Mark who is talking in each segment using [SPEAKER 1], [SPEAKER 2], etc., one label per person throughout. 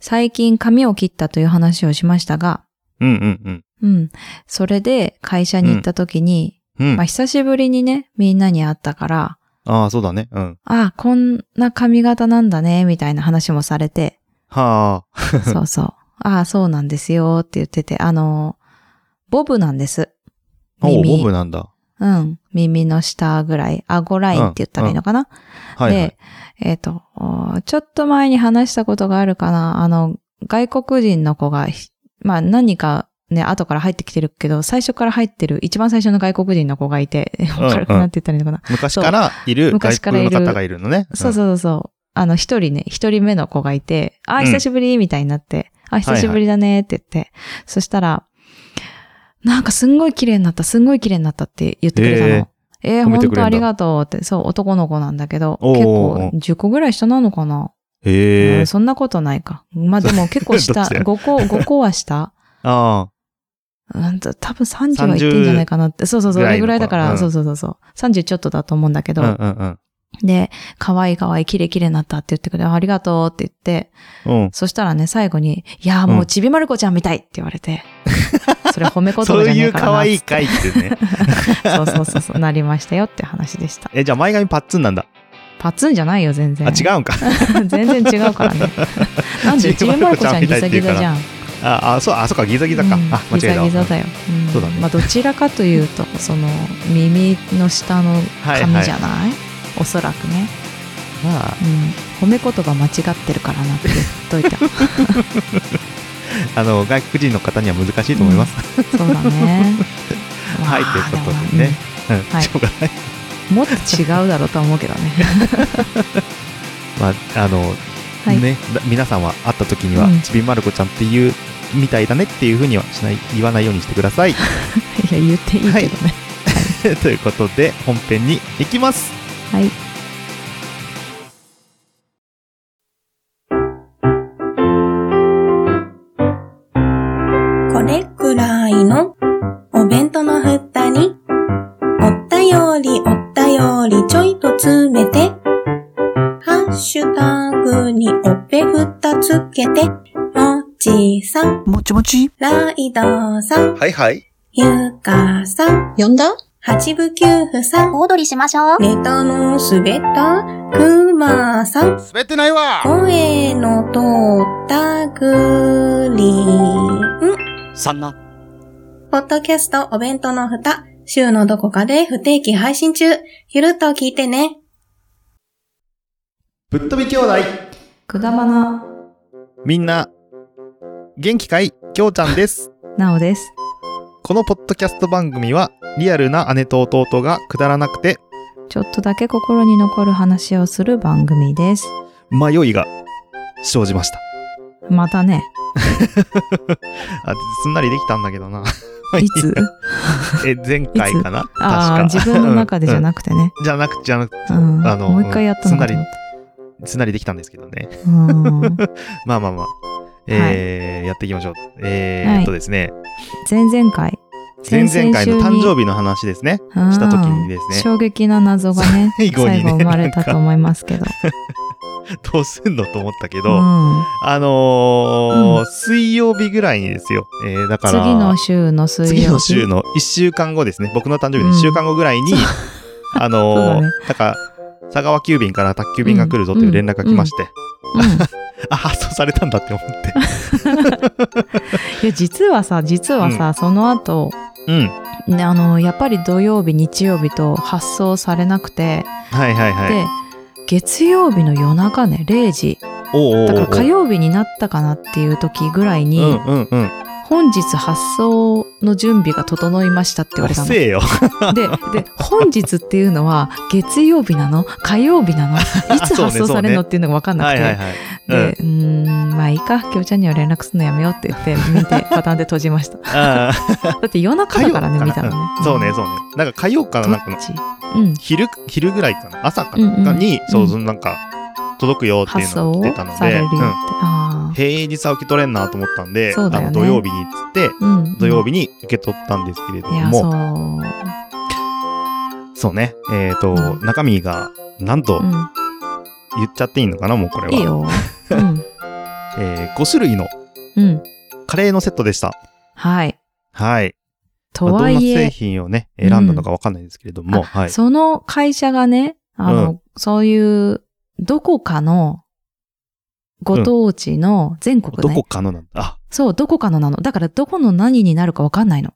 [SPEAKER 1] 最近髪を切ったという話をしましたが、
[SPEAKER 2] うんうん
[SPEAKER 1] うん。それで会社に行った時に、
[SPEAKER 2] うん。うん
[SPEAKER 1] まあ。久しぶりにね、みんなに会ったから、
[SPEAKER 2] ああ、そうだね。うん。
[SPEAKER 1] ああ、こんな髪型なんだね、みたいな話もされ て、
[SPEAKER 2] はあ。
[SPEAKER 1] そうそう。ああ、そうなんですよって言ってて、あの、ボブなんです。
[SPEAKER 2] おう
[SPEAKER 1] 耳
[SPEAKER 2] ボブなんだ。
[SPEAKER 1] うん。耳の下ぐらい、顎ラインって言ったらいいのかな、
[SPEAKER 2] はい、はい。
[SPEAKER 1] で、えっ、と、おーちょっと前に話したことがあるかな。あの、外国人の子がひ、まあ何人かね、後から入ってきてるけど、最初から入ってる、一番最初の外国人の子がいて、
[SPEAKER 2] うん
[SPEAKER 1] わかるかなって言ったらいいのかな。
[SPEAKER 2] 昔からいる
[SPEAKER 1] 昔
[SPEAKER 2] 外
[SPEAKER 1] からい
[SPEAKER 2] 国
[SPEAKER 1] る
[SPEAKER 2] の方がいるのね。
[SPEAKER 1] そう
[SPEAKER 2] う
[SPEAKER 1] そうそうそう。あの、一人ね、一人目の子がいて、あ
[SPEAKER 2] う
[SPEAKER 1] ー、
[SPEAKER 2] ん
[SPEAKER 1] 久しぶりみたいになって、あ、
[SPEAKER 2] はい
[SPEAKER 1] 久しぶりだねって言って、そしたら、なんかすんごい綺麗になった、すんごい綺麗になったって言ってくれたの。
[SPEAKER 2] へー
[SPEAKER 1] えー、
[SPEAKER 2] 褒めて
[SPEAKER 1] 本
[SPEAKER 2] くれんだ
[SPEAKER 1] 当ありがとうって、そう、男の子なんだけど、
[SPEAKER 2] おー
[SPEAKER 1] 結構10個ぐらい下なのかな、
[SPEAKER 2] ん。へ
[SPEAKER 1] う
[SPEAKER 2] え
[SPEAKER 1] ん。そんなことないか。まあでも結構
[SPEAKER 2] ど
[SPEAKER 1] 下、
[SPEAKER 2] っちだ
[SPEAKER 1] 5
[SPEAKER 2] よ
[SPEAKER 1] 個、5個は下
[SPEAKER 2] あ
[SPEAKER 1] うんと、多分30はいってんじゃないかなって。そうそうそう、そ
[SPEAKER 2] ぐらい
[SPEAKER 1] れ
[SPEAKER 2] の
[SPEAKER 1] ぐらいだから、
[SPEAKER 2] うん
[SPEAKER 1] そうそうそうそう。30ちょっとだと思うんだけ
[SPEAKER 2] あ。
[SPEAKER 1] ど、
[SPEAKER 2] うんうん
[SPEAKER 1] で、可愛い可愛い、綺麗綺麗になったって言ってくれて、あありがとうって言って、
[SPEAKER 2] うん。うん。
[SPEAKER 1] そしたらね、最後に、いやーもううんちびまる子ちゃんみたいって言われ て、それ褒め言
[SPEAKER 2] そう
[SPEAKER 1] 葉じゃね
[SPEAKER 2] い
[SPEAKER 1] え
[SPEAKER 2] う
[SPEAKER 1] からな
[SPEAKER 2] 可愛い
[SPEAKER 1] か
[SPEAKER 2] 回ってね。
[SPEAKER 1] そうそうそうそう、なりましたよって話でした。
[SPEAKER 2] え、じゃあ前髪パッツンなんだ。
[SPEAKER 1] パツンじゃないよ、全然。
[SPEAKER 2] あ、違うんか。
[SPEAKER 1] 全然違うからね。 なんで、ち
[SPEAKER 2] ち
[SPEAKER 1] び
[SPEAKER 2] び
[SPEAKER 1] ま
[SPEAKER 2] ま
[SPEAKER 1] る
[SPEAKER 2] る
[SPEAKER 1] 子
[SPEAKER 2] 子
[SPEAKER 1] ち
[SPEAKER 2] ち
[SPEAKER 1] ゃ
[SPEAKER 2] ゃ
[SPEAKER 1] ん
[SPEAKER 2] ん
[SPEAKER 1] ギ
[SPEAKER 2] みたい
[SPEAKER 1] ザ
[SPEAKER 2] って
[SPEAKER 1] ギ
[SPEAKER 2] いうか
[SPEAKER 1] ザ
[SPEAKER 2] ら
[SPEAKER 1] じゃん。
[SPEAKER 2] あ、あ、そう、あ、そうか、ギザギザか。
[SPEAKER 1] うん
[SPEAKER 2] あ、間違えた。
[SPEAKER 1] ギザギザだよ。ん
[SPEAKER 2] そうだね
[SPEAKER 1] まあ、どちらかという と、その、耳の下の
[SPEAKER 2] はい
[SPEAKER 1] 髪
[SPEAKER 2] はい
[SPEAKER 1] じゃない、おそらくね。
[SPEAKER 2] まあ、
[SPEAKER 1] うん。褒め言葉間違ってるからなって言っ といた。
[SPEAKER 2] あの、外国人の方には難しいと思います。
[SPEAKER 1] そうだね。
[SPEAKER 2] はい、
[SPEAKER 1] ま
[SPEAKER 2] とい
[SPEAKER 1] あ
[SPEAKER 2] うことでね。うん
[SPEAKER 1] はい
[SPEAKER 2] しょうがない。
[SPEAKER 1] でももっと違うだろうとは思うけどね。
[SPEAKER 2] まあ、あの、
[SPEAKER 1] はい。
[SPEAKER 2] ね、だ皆さんは会った時には、
[SPEAKER 1] うん
[SPEAKER 2] ちびまる子ちゃんっていうみたいだねっていうふうにはしない言わないようにしてください
[SPEAKER 1] いや、言っていいけどね。
[SPEAKER 2] ということで本編に行きます
[SPEAKER 1] はい。
[SPEAKER 3] これくらいのお弁当のふたに、おったよりおったよりちょいと詰めて、ハッシュタグにおべふたつけて、もちさん、
[SPEAKER 4] もちもち
[SPEAKER 3] ライドさん、
[SPEAKER 2] はいはい
[SPEAKER 3] ゆかさん、
[SPEAKER 5] 呼んだ
[SPEAKER 3] 八部九夫さん、
[SPEAKER 5] 小躍りしましょう。
[SPEAKER 3] ネタのすべったくまさん、
[SPEAKER 2] 滑ってないわ
[SPEAKER 3] 声のとったぐりん。
[SPEAKER 4] さんな。
[SPEAKER 3] ポッドキャストお弁当の蓋、週のどこかで不定期配信中。ゆるっと聞いてね。
[SPEAKER 2] ぶっ飛び兄弟
[SPEAKER 1] くだばな、
[SPEAKER 2] みんな元気かいきょうちゃんです
[SPEAKER 1] なおです。
[SPEAKER 2] このポッドキャスト番組はリアルな姉と弟がくだらなくて
[SPEAKER 1] ちょっとだけ心に残る話をする番組です。
[SPEAKER 2] 迷いが生じました
[SPEAKER 1] またね、
[SPEAKER 2] あすんなりできたんだけどな
[SPEAKER 1] いつ
[SPEAKER 2] え前回かな確
[SPEAKER 1] あ
[SPEAKER 2] か
[SPEAKER 1] あ、自分の中でじゃ
[SPEAKER 2] く、
[SPEAKER 1] なくてね。
[SPEAKER 2] うんじゃなくじゃなく
[SPEAKER 1] うん。
[SPEAKER 2] あの
[SPEAKER 1] もう一回やったのかと思っ
[SPEAKER 2] すんなりできたんですけどね
[SPEAKER 1] た。うん。
[SPEAKER 2] まあまあまあ。えーやっていきましょう。えー
[SPEAKER 1] はい
[SPEAKER 2] えっとですね、
[SPEAKER 1] 前々回。
[SPEAKER 2] 前々回の誕
[SPEAKER 1] 日
[SPEAKER 2] 生日の話ですね。 した時にですね
[SPEAKER 1] 衝撃な謎がね、
[SPEAKER 2] 最
[SPEAKER 1] 最
[SPEAKER 2] 後
[SPEAKER 1] 後
[SPEAKER 2] にね
[SPEAKER 1] 生まれたと思いますけど。
[SPEAKER 2] どうすんのと思ったけ
[SPEAKER 1] う
[SPEAKER 2] ど、
[SPEAKER 1] ん
[SPEAKER 2] あのー
[SPEAKER 1] う
[SPEAKER 2] 水曜日ぐらいにですよ。えーだか
[SPEAKER 1] 次
[SPEAKER 2] ら、
[SPEAKER 1] の週の水曜日。
[SPEAKER 2] 次の週の1週間後ですね。僕の誕生日の1週間後ぐ らいに、あの
[SPEAKER 1] そうだね
[SPEAKER 2] ーなんか、佐川急便から宅急便が来るぞという連絡が来まして、
[SPEAKER 1] うん。い
[SPEAKER 2] あ、発送されたんだって思 って。
[SPEAKER 1] や、実はさ、実はさ、その後、
[SPEAKER 2] うん。
[SPEAKER 1] ね、あの、やっぱり土曜日、日曜日と発送されなくて、
[SPEAKER 2] はいはいはい。
[SPEAKER 1] で、月曜日の夜中ね、0時。
[SPEAKER 2] おうおうおう
[SPEAKER 1] だから火曜日になったかなっていう時ぐらいに、
[SPEAKER 2] うんうんうん。
[SPEAKER 1] 本日発送の準備が整いましたって言われたの
[SPEAKER 2] 遅。えよ。
[SPEAKER 1] で、で、本日っていうのは、月曜日なの火曜日なのいつ
[SPEAKER 2] そうね
[SPEAKER 1] 発送されるの
[SPEAKER 2] そうね
[SPEAKER 1] っていうのが分かんなく
[SPEAKER 2] はいはい
[SPEAKER 1] て。
[SPEAKER 2] はい。
[SPEAKER 1] で、うーん、まあいいか、きょうちゃんには連絡するのやめようって言って、見て、パターンで閉じま した。だ
[SPEAKER 2] ああ、
[SPEAKER 1] って夜中だからね、
[SPEAKER 2] 火
[SPEAKER 1] 見
[SPEAKER 2] 曜か
[SPEAKER 1] た
[SPEAKER 2] な
[SPEAKER 1] のね。
[SPEAKER 2] うんそうね、そうね。なんか火曜かな、
[SPEAKER 1] ど
[SPEAKER 2] なんかの
[SPEAKER 1] っちうん。
[SPEAKER 2] 昼、昼ぐらいかな朝か
[SPEAKER 1] うんうん
[SPEAKER 2] な、に、そううんそう、なんか、届くよっていう
[SPEAKER 1] 発
[SPEAKER 2] の
[SPEAKER 1] 送
[SPEAKER 2] が
[SPEAKER 1] を
[SPEAKER 2] 来てたの
[SPEAKER 1] され
[SPEAKER 2] で、
[SPEAKER 1] るよって。
[SPEAKER 2] うん
[SPEAKER 1] あ
[SPEAKER 2] 平日は受け取れんなと思ったんで、
[SPEAKER 1] そうだよね
[SPEAKER 2] あの土曜日にっつって、
[SPEAKER 1] あ。うん。
[SPEAKER 2] 土曜
[SPEAKER 1] 日
[SPEAKER 2] 日に受け取ったんですけれど
[SPEAKER 1] いや、そう
[SPEAKER 2] も、。そうね、えっ、と、
[SPEAKER 1] うん
[SPEAKER 2] 中身が、なんと
[SPEAKER 1] う、ん。
[SPEAKER 2] 言っちゃっていいのかな、もうこれは。
[SPEAKER 1] いいよ。うん。
[SPEAKER 2] え5種類の
[SPEAKER 1] うん。
[SPEAKER 2] カレーのセットでした。
[SPEAKER 1] はい。
[SPEAKER 2] はい。
[SPEAKER 1] と
[SPEAKER 2] まあ
[SPEAKER 1] は
[SPEAKER 2] どんない製
[SPEAKER 1] え、
[SPEAKER 2] 品をね、選んだのかわかんないですけれども、
[SPEAKER 1] あ
[SPEAKER 2] はい。
[SPEAKER 1] その会社がね、あの、
[SPEAKER 2] う
[SPEAKER 1] そういう、どこかの、ご当地の全国
[SPEAKER 2] ど
[SPEAKER 1] ね、
[SPEAKER 2] こかのなんだ。あ、
[SPEAKER 1] そう、どこかのなの。だから、どこの何になるかわかんないの。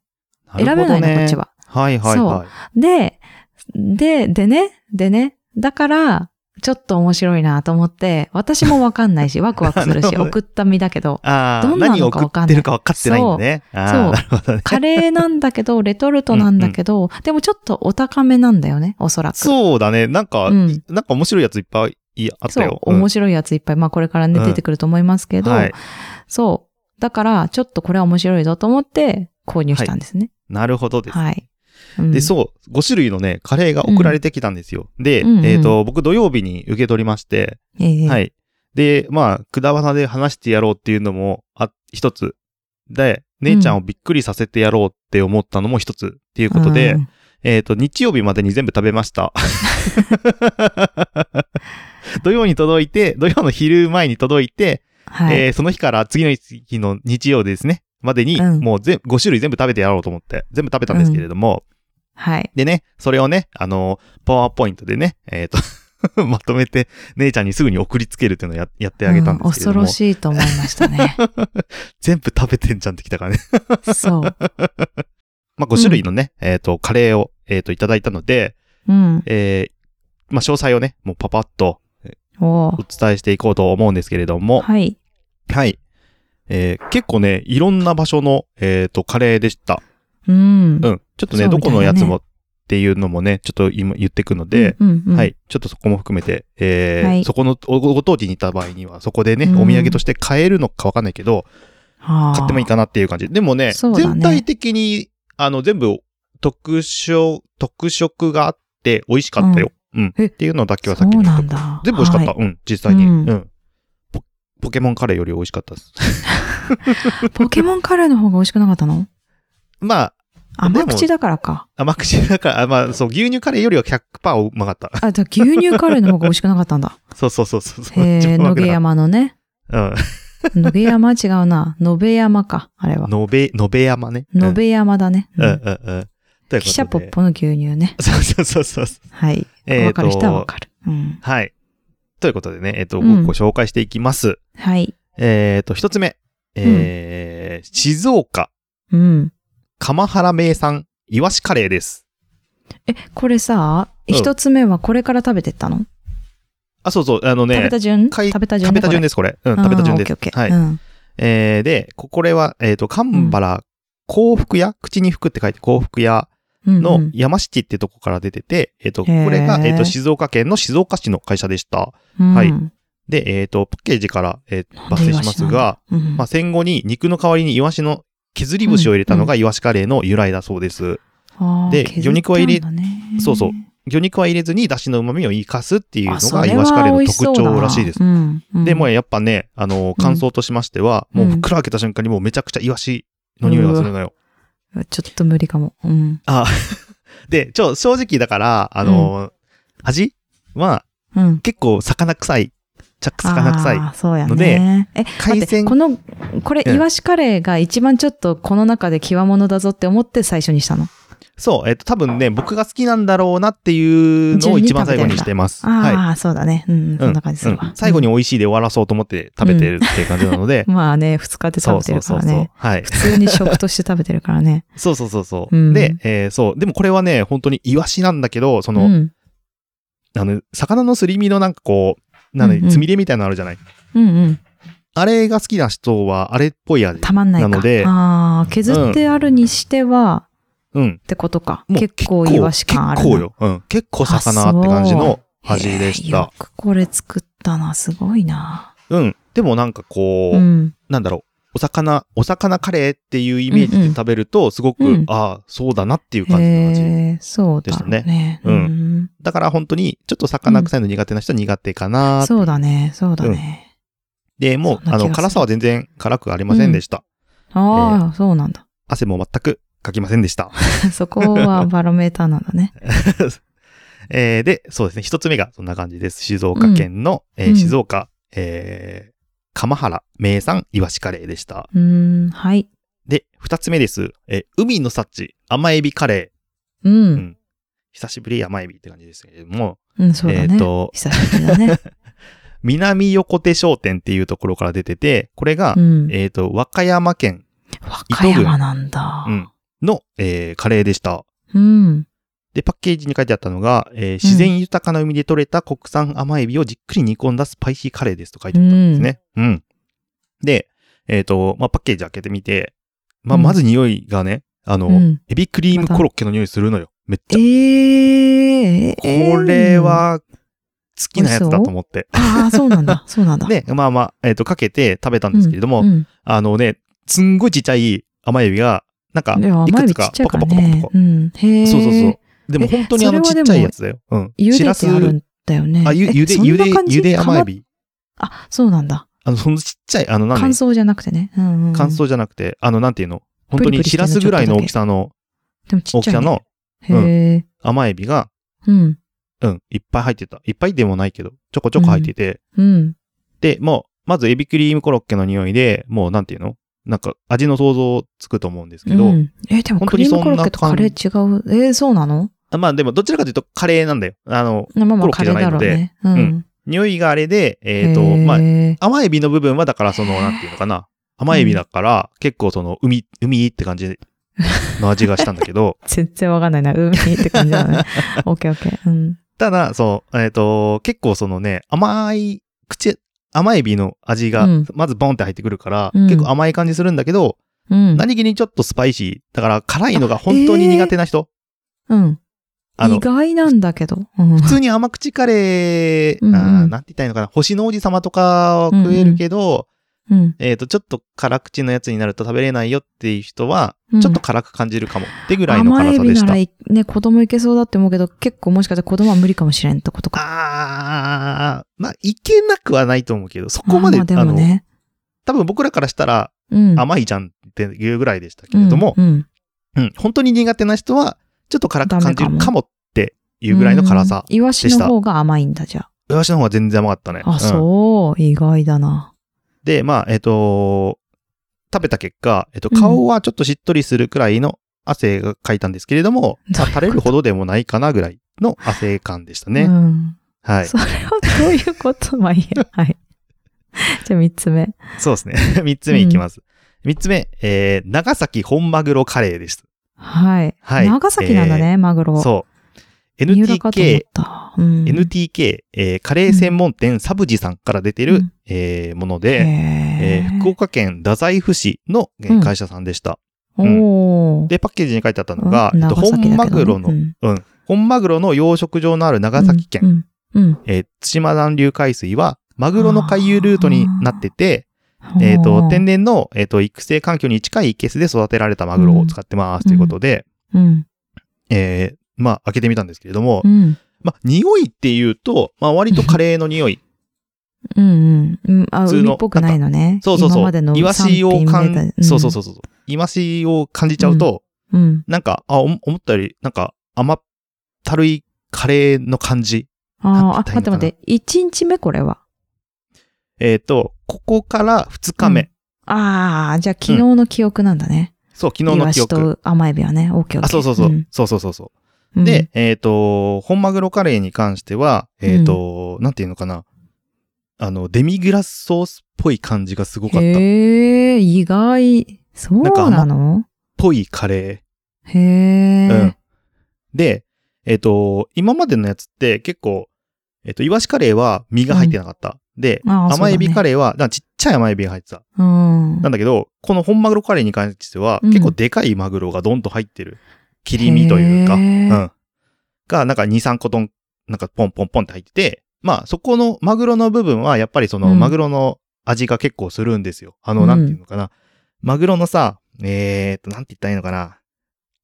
[SPEAKER 2] なる
[SPEAKER 1] 選
[SPEAKER 2] ほ
[SPEAKER 1] べ
[SPEAKER 2] ど
[SPEAKER 1] ないの、
[SPEAKER 2] ね
[SPEAKER 1] こっちは。
[SPEAKER 2] はいはいはい。
[SPEAKER 1] で、で、でね、でね、だから、ちょっと面白いなと思って、私もわかんない し、ワクワクする
[SPEAKER 2] な
[SPEAKER 1] し、
[SPEAKER 2] るほどね
[SPEAKER 1] 送った身だけ ど、
[SPEAKER 2] ああ、
[SPEAKER 1] どんな
[SPEAKER 2] 何を
[SPEAKER 1] のか
[SPEAKER 2] 送
[SPEAKER 1] わかんない
[SPEAKER 2] ってるか分かってないんだね。ああ、なるほどね。
[SPEAKER 1] カレーなんだけど、レトルトなんだけど、でもちょっとお高めなんだよね、おそらく。
[SPEAKER 2] そうだね。なんか、
[SPEAKER 1] うん
[SPEAKER 2] なんか面白いやついっぱいあったよ。
[SPEAKER 1] そう、面白いやついっぱい、まあこれからね
[SPEAKER 2] うん
[SPEAKER 1] 出てくると思いますけど、
[SPEAKER 2] はい。
[SPEAKER 1] そう。だから、ちょっとこれは面白いぞと思って、購入したんですね。
[SPEAKER 2] なるほどです。
[SPEAKER 1] はい。うん
[SPEAKER 2] で、そう、5種類のね、カレーが送られてきたんですよ。で、
[SPEAKER 1] うんうん
[SPEAKER 2] えっ、と、僕土曜日に受け取りまして、
[SPEAKER 1] ええ
[SPEAKER 2] はい。で、まあ、くだばなで話してやろうっていうのも、あ、一つ。で、姉ちゃんをびっくりさせてやろうって思ったのも一つっていうことで、
[SPEAKER 1] うん
[SPEAKER 2] えっ、と、日曜日までに全部食べま した。 土曜に届いて、土曜の昼前に届いて、
[SPEAKER 1] はい。
[SPEAKER 2] えーその日から次の日の日曜ですね、までに、
[SPEAKER 1] うん
[SPEAKER 2] もうぜ5種類全部食べてやろうと思って、全部食べたんですけれども、
[SPEAKER 1] はい。
[SPEAKER 2] でね、それをね、あのーパワーポイントでね、えっ、と、 まとめて、姉ちゃんにすぐに送りつけるっていうのをややってあげたんですけれ
[SPEAKER 1] うん恐
[SPEAKER 2] ども、
[SPEAKER 1] ろしいと思いましたね。
[SPEAKER 2] 全部食べてんじゃんってきたからね。
[SPEAKER 1] そう。
[SPEAKER 2] まあ、5種類のね、えっ、と、カレーを、えっ、と、いただいたので、
[SPEAKER 1] うん。
[SPEAKER 2] えーまあ、詳細をね、もうパパッと
[SPEAKER 1] お
[SPEAKER 2] お伝えしていこうと思うんですけれども、はい。
[SPEAKER 1] はい。
[SPEAKER 2] えー結構ね、いろんな場所の、えっ、と、カレーでした。
[SPEAKER 1] うん。
[SPEAKER 2] うん。ちょっとね、
[SPEAKER 1] そう
[SPEAKER 2] どこのやつ
[SPEAKER 1] みたい
[SPEAKER 2] も
[SPEAKER 1] だ
[SPEAKER 2] っていうのもね、ちょっと今言ってくので、
[SPEAKER 1] うんうんうん
[SPEAKER 2] は。い。ちょっとそこも含めて、えー
[SPEAKER 1] はい
[SPEAKER 2] そこのおご当地にいた場合には、そこでね、
[SPEAKER 1] うん
[SPEAKER 2] お土産として買えるのかわかんないけど、買
[SPEAKER 1] 買
[SPEAKER 2] ってもいいかなっていう感じ。でもね、
[SPEAKER 1] そうだね
[SPEAKER 2] 全体的に、あの、全部、特色、特色があって、美味しかったよ。うん。
[SPEAKER 1] え
[SPEAKER 2] っていうのだけはさ
[SPEAKER 1] そ
[SPEAKER 2] っき
[SPEAKER 1] う
[SPEAKER 2] の
[SPEAKER 1] なんだ。
[SPEAKER 2] 全部美味しかった。
[SPEAKER 1] は
[SPEAKER 2] うん、実際に。う
[SPEAKER 1] うんん、
[SPEAKER 2] ポ。ポケモンカレーより美味しかったです。
[SPEAKER 1] い。ポケモンカレーの方が美味しくなかったの
[SPEAKER 2] ま あ、
[SPEAKER 1] 甘口だからか。
[SPEAKER 2] 甘口だから、あまあ、そう、牛乳カレーよりは100%うまかった。
[SPEAKER 1] あ、じゃあ牛乳カレーの方が美味しくなかったんだ。
[SPEAKER 2] そうそうそう そうそう。
[SPEAKER 1] へえ、野毛
[SPEAKER 2] 山。
[SPEAKER 1] 山のね。
[SPEAKER 2] うん。
[SPEAKER 1] 野毛山違うな。野辺山か、あれは。
[SPEAKER 2] のべ、のべ山ね。
[SPEAKER 1] 野辺山だね。
[SPEAKER 2] うん。うん
[SPEAKER 1] う
[SPEAKER 2] うんんうん。ということで
[SPEAKER 1] 汽車ポッ。ポの牛乳ね。
[SPEAKER 2] そうそうそうそう。
[SPEAKER 1] はい。
[SPEAKER 2] えーと
[SPEAKER 1] わかる人はわかる。うん。
[SPEAKER 2] はい。ということでね、えっ、と、
[SPEAKER 1] うん
[SPEAKER 2] ご紹介していきます。
[SPEAKER 1] はい。
[SPEAKER 2] えっ、と、一つ目。えー静岡、
[SPEAKER 1] うん。
[SPEAKER 2] 鎌原名産、イワシカレーです。
[SPEAKER 1] え、これさ、
[SPEAKER 2] うん
[SPEAKER 1] 一つ目はこれから食べてったの
[SPEAKER 2] あ、そうそう、あのね、
[SPEAKER 1] 食べた順
[SPEAKER 2] かい
[SPEAKER 1] 食べた順。
[SPEAKER 2] 食べた順ですす、これ。うん、
[SPEAKER 1] これ
[SPEAKER 2] 食べた順で
[SPEAKER 1] うん
[SPEAKER 2] す
[SPEAKER 1] オッケー。オッ
[SPEAKER 2] は
[SPEAKER 1] ケ
[SPEAKER 2] い
[SPEAKER 1] ー。うん
[SPEAKER 2] えーで、ここれは、えっ、と、神原幸福屋、口に福って書いて幸福屋
[SPEAKER 1] うんうん
[SPEAKER 2] の山七ってとこから出てて、えっ、と、これが、
[SPEAKER 1] へー
[SPEAKER 2] えっ、と、静岡県の静岡市の会社でした。
[SPEAKER 1] うん
[SPEAKER 2] はいで、えっ、と、パッケージから、えー抜粋しますが、、
[SPEAKER 1] うん
[SPEAKER 2] まあ、戦後に肉の代わりにイワシの削り節を入れたのがイワシカレーの由来だそうです。
[SPEAKER 1] あー
[SPEAKER 2] で
[SPEAKER 1] 削
[SPEAKER 2] 魚肉は入れ
[SPEAKER 1] ったんだね
[SPEAKER 2] そうそう魚肉は入れずに出汁の旨味を生かすっていうの
[SPEAKER 1] あそれは
[SPEAKER 2] がイワシカレーの特徴らしいです
[SPEAKER 1] 美。味しそうだなうんうん
[SPEAKER 2] でもやっぱね、あの、感想としましては、
[SPEAKER 1] うん
[SPEAKER 2] もう
[SPEAKER 1] うん
[SPEAKER 2] 袋開けた瞬間にもうめちゃくちゃイワシの匂いがするのよ。
[SPEAKER 1] ちょっと無理かも。うん。
[SPEAKER 2] あで、ちょ、正直だから、あの、味は
[SPEAKER 1] うん。
[SPEAKER 2] 結構魚臭い。ちゃ魚臭い。
[SPEAKER 1] あーそうや
[SPEAKER 2] ので
[SPEAKER 1] ね。え、待
[SPEAKER 2] 海
[SPEAKER 1] って
[SPEAKER 2] 鮮
[SPEAKER 1] この、これ、
[SPEAKER 2] うん
[SPEAKER 1] イワシカレーが一番ちょっとこの中で際物だぞって思って最初にしたの。
[SPEAKER 2] そう、えっ、と、多分ね、僕が好きなんだろうなっていうのを一番最後にしてます。はい。
[SPEAKER 1] ああ、そうだね。うん、そんな感じする
[SPEAKER 2] うん
[SPEAKER 1] わ。
[SPEAKER 2] 最後に美味しいで終わらそうと思って食べてるっていう感じなので。
[SPEAKER 1] うん。まあね、二日で
[SPEAKER 2] そ
[SPEAKER 1] 食
[SPEAKER 2] う
[SPEAKER 1] べて
[SPEAKER 2] そう
[SPEAKER 1] るから
[SPEAKER 2] そうそう
[SPEAKER 1] ね。。
[SPEAKER 2] はい
[SPEAKER 1] 普。通に食として食べてるから ね。
[SPEAKER 2] そうそうそうそう。
[SPEAKER 1] うん
[SPEAKER 2] で、えーそう。でもこれはね、本当にイワシなんだけど、そうの、
[SPEAKER 1] ん。
[SPEAKER 2] あの、魚のすり身のなんかこう、なんだ
[SPEAKER 1] うんうん
[SPEAKER 2] つみれみたいなのあるじゃない。
[SPEAKER 1] うんうん。
[SPEAKER 2] あれが好きな人は、あれっぽい味。
[SPEAKER 1] たまんないか。
[SPEAKER 2] なので
[SPEAKER 1] ああ、削ってあるにしては、
[SPEAKER 2] うん。
[SPEAKER 1] ってことか。
[SPEAKER 2] もう
[SPEAKER 1] 結構イワシ感あるな。
[SPEAKER 2] 結構よ。うん。結構魚って感じの味でし
[SPEAKER 1] へえよ
[SPEAKER 2] た。
[SPEAKER 1] くこれ作ったな、すごいな。
[SPEAKER 2] うん。でもなんかこう、
[SPEAKER 1] うん。
[SPEAKER 2] なんだろう。お魚、お魚カレーっていうイメージ
[SPEAKER 1] うん
[SPEAKER 2] で
[SPEAKER 1] うん
[SPEAKER 2] 食べると、すごく、
[SPEAKER 1] うん
[SPEAKER 2] ああ、そうだなっていう感じの味。
[SPEAKER 1] へえ、そうだろう
[SPEAKER 2] でした
[SPEAKER 1] ね。
[SPEAKER 2] う
[SPEAKER 1] うんん。
[SPEAKER 2] だから本当に、ちょっと魚臭いの苦手な人は苦手かな。
[SPEAKER 1] そうだね、そうだね。
[SPEAKER 2] で、もう、
[SPEAKER 1] そんな気
[SPEAKER 2] あ
[SPEAKER 1] がす
[SPEAKER 2] の、
[SPEAKER 1] る
[SPEAKER 2] 辛さは全然辛くありませんでした。
[SPEAKER 1] ああ、そうなんだ。
[SPEAKER 2] 汗も全くかきませんでした。
[SPEAKER 1] そこはバロメーターなんだね。
[SPEAKER 2] えーで、そうですね。一つ目がそんな感じです。静岡県の、えー
[SPEAKER 1] うん
[SPEAKER 2] 静岡、え釜原名産イワシカレーでした。
[SPEAKER 1] うーん、はい。
[SPEAKER 2] で、二つ目です。え、海の幸、甘エビカレ
[SPEAKER 1] う。
[SPEAKER 2] ー。うんん。久しぶり甘エビって感じですけれども、
[SPEAKER 1] うん、そうだね。
[SPEAKER 2] えっと
[SPEAKER 1] 久しぶりだね。
[SPEAKER 2] 南横手商店っていうところから出てて、これが、
[SPEAKER 1] うん。
[SPEAKER 2] えっ、と、和歌山県
[SPEAKER 1] 和歌山なんだ
[SPEAKER 2] う。んの、えーカレーでした。
[SPEAKER 1] うん。
[SPEAKER 2] で、パッケージに書いてあったのが、えー自然豊かな海で採れた国産甘エビをじっくり煮込んだスパイシーカレーですと書いてあったんですね。うん。で、えっ、と、まあ、パッケージ開けてみて、まあ、
[SPEAKER 1] うん
[SPEAKER 2] まず匂いがね、あの、
[SPEAKER 1] うん
[SPEAKER 2] エビクリームコロッケの匂いするのよ。めっちゃ。
[SPEAKER 1] ええ
[SPEAKER 2] これ、は、好きなやつだと思って。
[SPEAKER 1] ああ、そうなんだ。そうなんだ。
[SPEAKER 2] で、まあまあ、えっ、と、かけて食べたんですけれども、
[SPEAKER 1] うん、
[SPEAKER 2] あのね、すんごいちっちゃい甘エビが、なんか、
[SPEAKER 1] でも
[SPEAKER 2] い
[SPEAKER 1] 甘
[SPEAKER 2] く
[SPEAKER 1] エビ
[SPEAKER 2] つ
[SPEAKER 1] ちっ
[SPEAKER 2] か
[SPEAKER 1] ちゃい
[SPEAKER 2] パ
[SPEAKER 1] か
[SPEAKER 2] カ
[SPEAKER 1] ら
[SPEAKER 2] パカパカ
[SPEAKER 1] ね
[SPEAKER 2] パ。カ。
[SPEAKER 1] うん。へえ。
[SPEAKER 2] そうそうそう。。でも
[SPEAKER 1] え
[SPEAKER 2] 本当にあのち
[SPEAKER 1] それはで
[SPEAKER 2] っ
[SPEAKER 1] も
[SPEAKER 2] ちゃいやつだよ。うん。
[SPEAKER 1] 茹
[SPEAKER 2] しら
[SPEAKER 1] ですてあるんだよね。
[SPEAKER 2] あ、ゆ、
[SPEAKER 1] え
[SPEAKER 2] ゆで、
[SPEAKER 1] そん
[SPEAKER 2] ゆ
[SPEAKER 1] な
[SPEAKER 2] で、
[SPEAKER 1] 感じ
[SPEAKER 2] ゆで甘エビ。
[SPEAKER 1] あ、そうなんだ。
[SPEAKER 2] あの、そのちっちゃい、あの、なん
[SPEAKER 1] 乾
[SPEAKER 2] で、
[SPEAKER 1] 燥じゃなくてね。うん、うん。
[SPEAKER 2] 乾。燥じゃなくて、あの、なんていうの本当
[SPEAKER 1] プリ
[SPEAKER 2] に
[SPEAKER 1] プリし
[SPEAKER 2] して
[SPEAKER 1] る
[SPEAKER 2] らすぐらいの大きさの、
[SPEAKER 1] でもちっ
[SPEAKER 2] 大
[SPEAKER 1] ち
[SPEAKER 2] き
[SPEAKER 1] ゃい、
[SPEAKER 2] さ
[SPEAKER 1] ね。
[SPEAKER 2] の
[SPEAKER 1] へえ。
[SPEAKER 2] 甘エビが、
[SPEAKER 1] うん。
[SPEAKER 2] うん、いっぱい入ってた。いっぱいでもないけど、ちょこちょこ入ってて。
[SPEAKER 1] うん。
[SPEAKER 2] で、もう、まずエビクリームコロッケの匂いで、もう、なんていうのなんか、味の想像つくと思うんですけ
[SPEAKER 1] う
[SPEAKER 2] ど、
[SPEAKER 1] ん、えでも
[SPEAKER 2] 本
[SPEAKER 1] ク
[SPEAKER 2] 当
[SPEAKER 1] リ
[SPEAKER 2] に
[SPEAKER 1] ー
[SPEAKER 2] そん
[SPEAKER 1] ムコ
[SPEAKER 2] な
[SPEAKER 1] ロッケとカレー違う。えそうなの
[SPEAKER 2] あまあでも、どちらかというとカレーなんだよ。あの、
[SPEAKER 1] まあま
[SPEAKER 2] コ
[SPEAKER 1] あ
[SPEAKER 2] ロッ
[SPEAKER 1] カ
[SPEAKER 2] ケじ
[SPEAKER 1] レ
[SPEAKER 2] ゃ
[SPEAKER 1] ーだろ
[SPEAKER 2] ないの
[SPEAKER 1] う
[SPEAKER 2] で
[SPEAKER 1] ね。うん。
[SPEAKER 2] 匂いがあれで、えっ、
[SPEAKER 1] え
[SPEAKER 2] と、まあ、
[SPEAKER 1] あ、
[SPEAKER 2] 甘エビの部分はだからそ
[SPEAKER 1] へ
[SPEAKER 2] の、
[SPEAKER 1] ー、
[SPEAKER 2] なんていうのかな。甘エビだから、結構その、海、海って感じの味がしたんだけど
[SPEAKER 1] 全然わかんないな。海って感じだ ね。オッケーオッケー。うん。
[SPEAKER 2] ただ、そう、えっ、と、結構そのね、甘い、口、甘エビの味が
[SPEAKER 1] うん、
[SPEAKER 2] まずボンって入ってくるから、
[SPEAKER 1] うん
[SPEAKER 2] 結構甘い感じするんだけど、
[SPEAKER 1] うん。
[SPEAKER 2] 何気にちょっとスパイシー。だから、辛いのが本当に苦手な人。
[SPEAKER 1] うん。
[SPEAKER 2] あの
[SPEAKER 1] 意、外なんだけど。うん
[SPEAKER 2] 普通に甘口カレー、
[SPEAKER 1] うんうん
[SPEAKER 2] あーなんて言ったらいいのかな、星の王子様とかは食えるけど、
[SPEAKER 1] うん。
[SPEAKER 2] えっ、と、ちょっと辛口のやつになると食べれないよっていう人は、
[SPEAKER 1] うん
[SPEAKER 2] ちょっと辛く感じるかもってぐらいの辛さ
[SPEAKER 1] 甘エビ
[SPEAKER 2] で
[SPEAKER 1] な
[SPEAKER 2] した。
[SPEAKER 1] らいね、子供いけそうだって思うけど、結構もしかしたら子供は無理かもしれんってことか。
[SPEAKER 2] あー、まあ、いけなくはないと思うけど、そこまで、
[SPEAKER 1] あ
[SPEAKER 2] あ
[SPEAKER 1] あでも
[SPEAKER 2] の、
[SPEAKER 1] ね。
[SPEAKER 2] 多分僕らからしたら
[SPEAKER 1] うん。
[SPEAKER 2] 甘いじゃんっていうぐらいでしたけれども、
[SPEAKER 1] うんうん
[SPEAKER 2] うん本当に苦手な人は、ちょっと辛く感じ
[SPEAKER 1] ダメ
[SPEAKER 2] る
[SPEAKER 1] か
[SPEAKER 2] かもっていうぐらいの辛さ
[SPEAKER 1] う。んイワシの方が甘いんだ、じゃ
[SPEAKER 2] 私の方が全然甘かったね。
[SPEAKER 1] あ。あ、
[SPEAKER 2] うん
[SPEAKER 1] そう。意外だな。
[SPEAKER 2] で、まあ、えっ、と食べた結果、えっ、と、顔はちょっとしっとりするくらいの汗がかいたんですけ れども、
[SPEAKER 1] うん
[SPEAKER 2] まあ垂れるほどでもないかなぐらいの汗感でしたね。
[SPEAKER 1] うん。
[SPEAKER 2] はい。
[SPEAKER 1] それはどういうことまあいいや。はい。 じゃあ三つ目。
[SPEAKER 2] そうですね。 三つ目いきます。三つ目、えー、長崎本マグロカレーです。
[SPEAKER 1] はい。
[SPEAKER 2] はい
[SPEAKER 1] 長崎なんだね、マグロ。
[SPEAKER 2] そう。
[SPEAKER 1] 三浦かと思っ
[SPEAKER 2] NTK、
[SPEAKER 1] た。うん。
[SPEAKER 2] NTK、えーカレー専門店サブジさんから出てる、
[SPEAKER 1] うん
[SPEAKER 2] えーもの
[SPEAKER 1] へ
[SPEAKER 2] で、え
[SPEAKER 1] え
[SPEAKER 2] ー福岡県太宰府市の、えー
[SPEAKER 1] うん
[SPEAKER 2] 会社さんでした。
[SPEAKER 1] おー。
[SPEAKER 2] で、パッケージに書いてあったのが、
[SPEAKER 1] うん
[SPEAKER 2] えっと、
[SPEAKER 1] 長崎だけどね
[SPEAKER 2] 本マグロの
[SPEAKER 1] う、ん
[SPEAKER 2] うん。本マグロの養殖場のある長崎県、
[SPEAKER 1] うん。うん。
[SPEAKER 2] えー対馬暖流海水は、マグロの回遊ルートになってて、
[SPEAKER 1] うん
[SPEAKER 2] えっ、
[SPEAKER 1] ほ
[SPEAKER 2] と、
[SPEAKER 1] う
[SPEAKER 2] 天然の、えっ、と、育成環境に近い生けすで育てられたマグロを使ってます、
[SPEAKER 1] うん
[SPEAKER 2] ということで、
[SPEAKER 1] うん。
[SPEAKER 2] えーまあ、開けてみたんですけれども、
[SPEAKER 1] うん。
[SPEAKER 2] まあ、匂いっていうと、まあ、割とカレーの匂い。
[SPEAKER 1] うんうん。うん。あ、
[SPEAKER 2] 普通の
[SPEAKER 1] 海っぽくないのね。
[SPEAKER 2] そうそう
[SPEAKER 1] 今
[SPEAKER 2] そ
[SPEAKER 1] まで
[SPEAKER 2] う。
[SPEAKER 1] の
[SPEAKER 2] イワシを
[SPEAKER 1] 賛否見
[SPEAKER 2] 感
[SPEAKER 1] れ、た。
[SPEAKER 2] そうそうそううそう。イワシを感じちゃうと、
[SPEAKER 1] うん。
[SPEAKER 2] なんか、あ、おも思ったより、なんか、甘ったるいカレーの感じ。
[SPEAKER 1] あーあ、
[SPEAKER 2] なんて言
[SPEAKER 1] 待って
[SPEAKER 2] ったらいいのかな
[SPEAKER 1] 待って。一日目これは。
[SPEAKER 2] えっ、と、ここから2日目。
[SPEAKER 1] うんああ、じゃあ昨日の記憶なんだね。
[SPEAKER 2] そう、昨日
[SPEAKER 1] イ
[SPEAKER 2] の
[SPEAKER 1] ワ
[SPEAKER 2] 記
[SPEAKER 1] シ
[SPEAKER 2] 憶。
[SPEAKER 1] と甘エビはね。オーケーオーケー
[SPEAKER 2] あ、そうそうそう。
[SPEAKER 1] ん
[SPEAKER 2] そうそうそうそうう。
[SPEAKER 1] ん
[SPEAKER 2] で、えっ、と、本マグロカレーに関しては、えっ、と、なんていうのかな。あの、デミグラスソースっぽい感じがすごかった。っ
[SPEAKER 1] へえ、意外。そうなの
[SPEAKER 2] ぽいカレ
[SPEAKER 1] へ
[SPEAKER 2] ー。う
[SPEAKER 1] え
[SPEAKER 2] ん。。で、えっ、と、今までのやつって結構、えっ、と、イワシカレーは身が入ってなかった。で、
[SPEAKER 1] あー
[SPEAKER 2] 甘エビ
[SPEAKER 1] そうだね
[SPEAKER 2] カレーは、だからちっちゃい甘エビが入ってた。
[SPEAKER 1] うん。
[SPEAKER 2] なんだけど、この本マグロカレーに関しては、
[SPEAKER 1] うん
[SPEAKER 2] 結構でかいマグロがドンと入ってる。切り身というか、
[SPEAKER 1] へ
[SPEAKER 2] う
[SPEAKER 1] ー
[SPEAKER 2] ん。が、なんか2、3個ドン、なんかポンポンポンって入ってて、まあそこのマグロの部分は、やっぱりその
[SPEAKER 1] うん
[SPEAKER 2] マグロの味が結構するんですよ。あの、
[SPEAKER 1] うん
[SPEAKER 2] なんていうのかな。マグロのさ、えーっと、なんて言ったらいいのかな。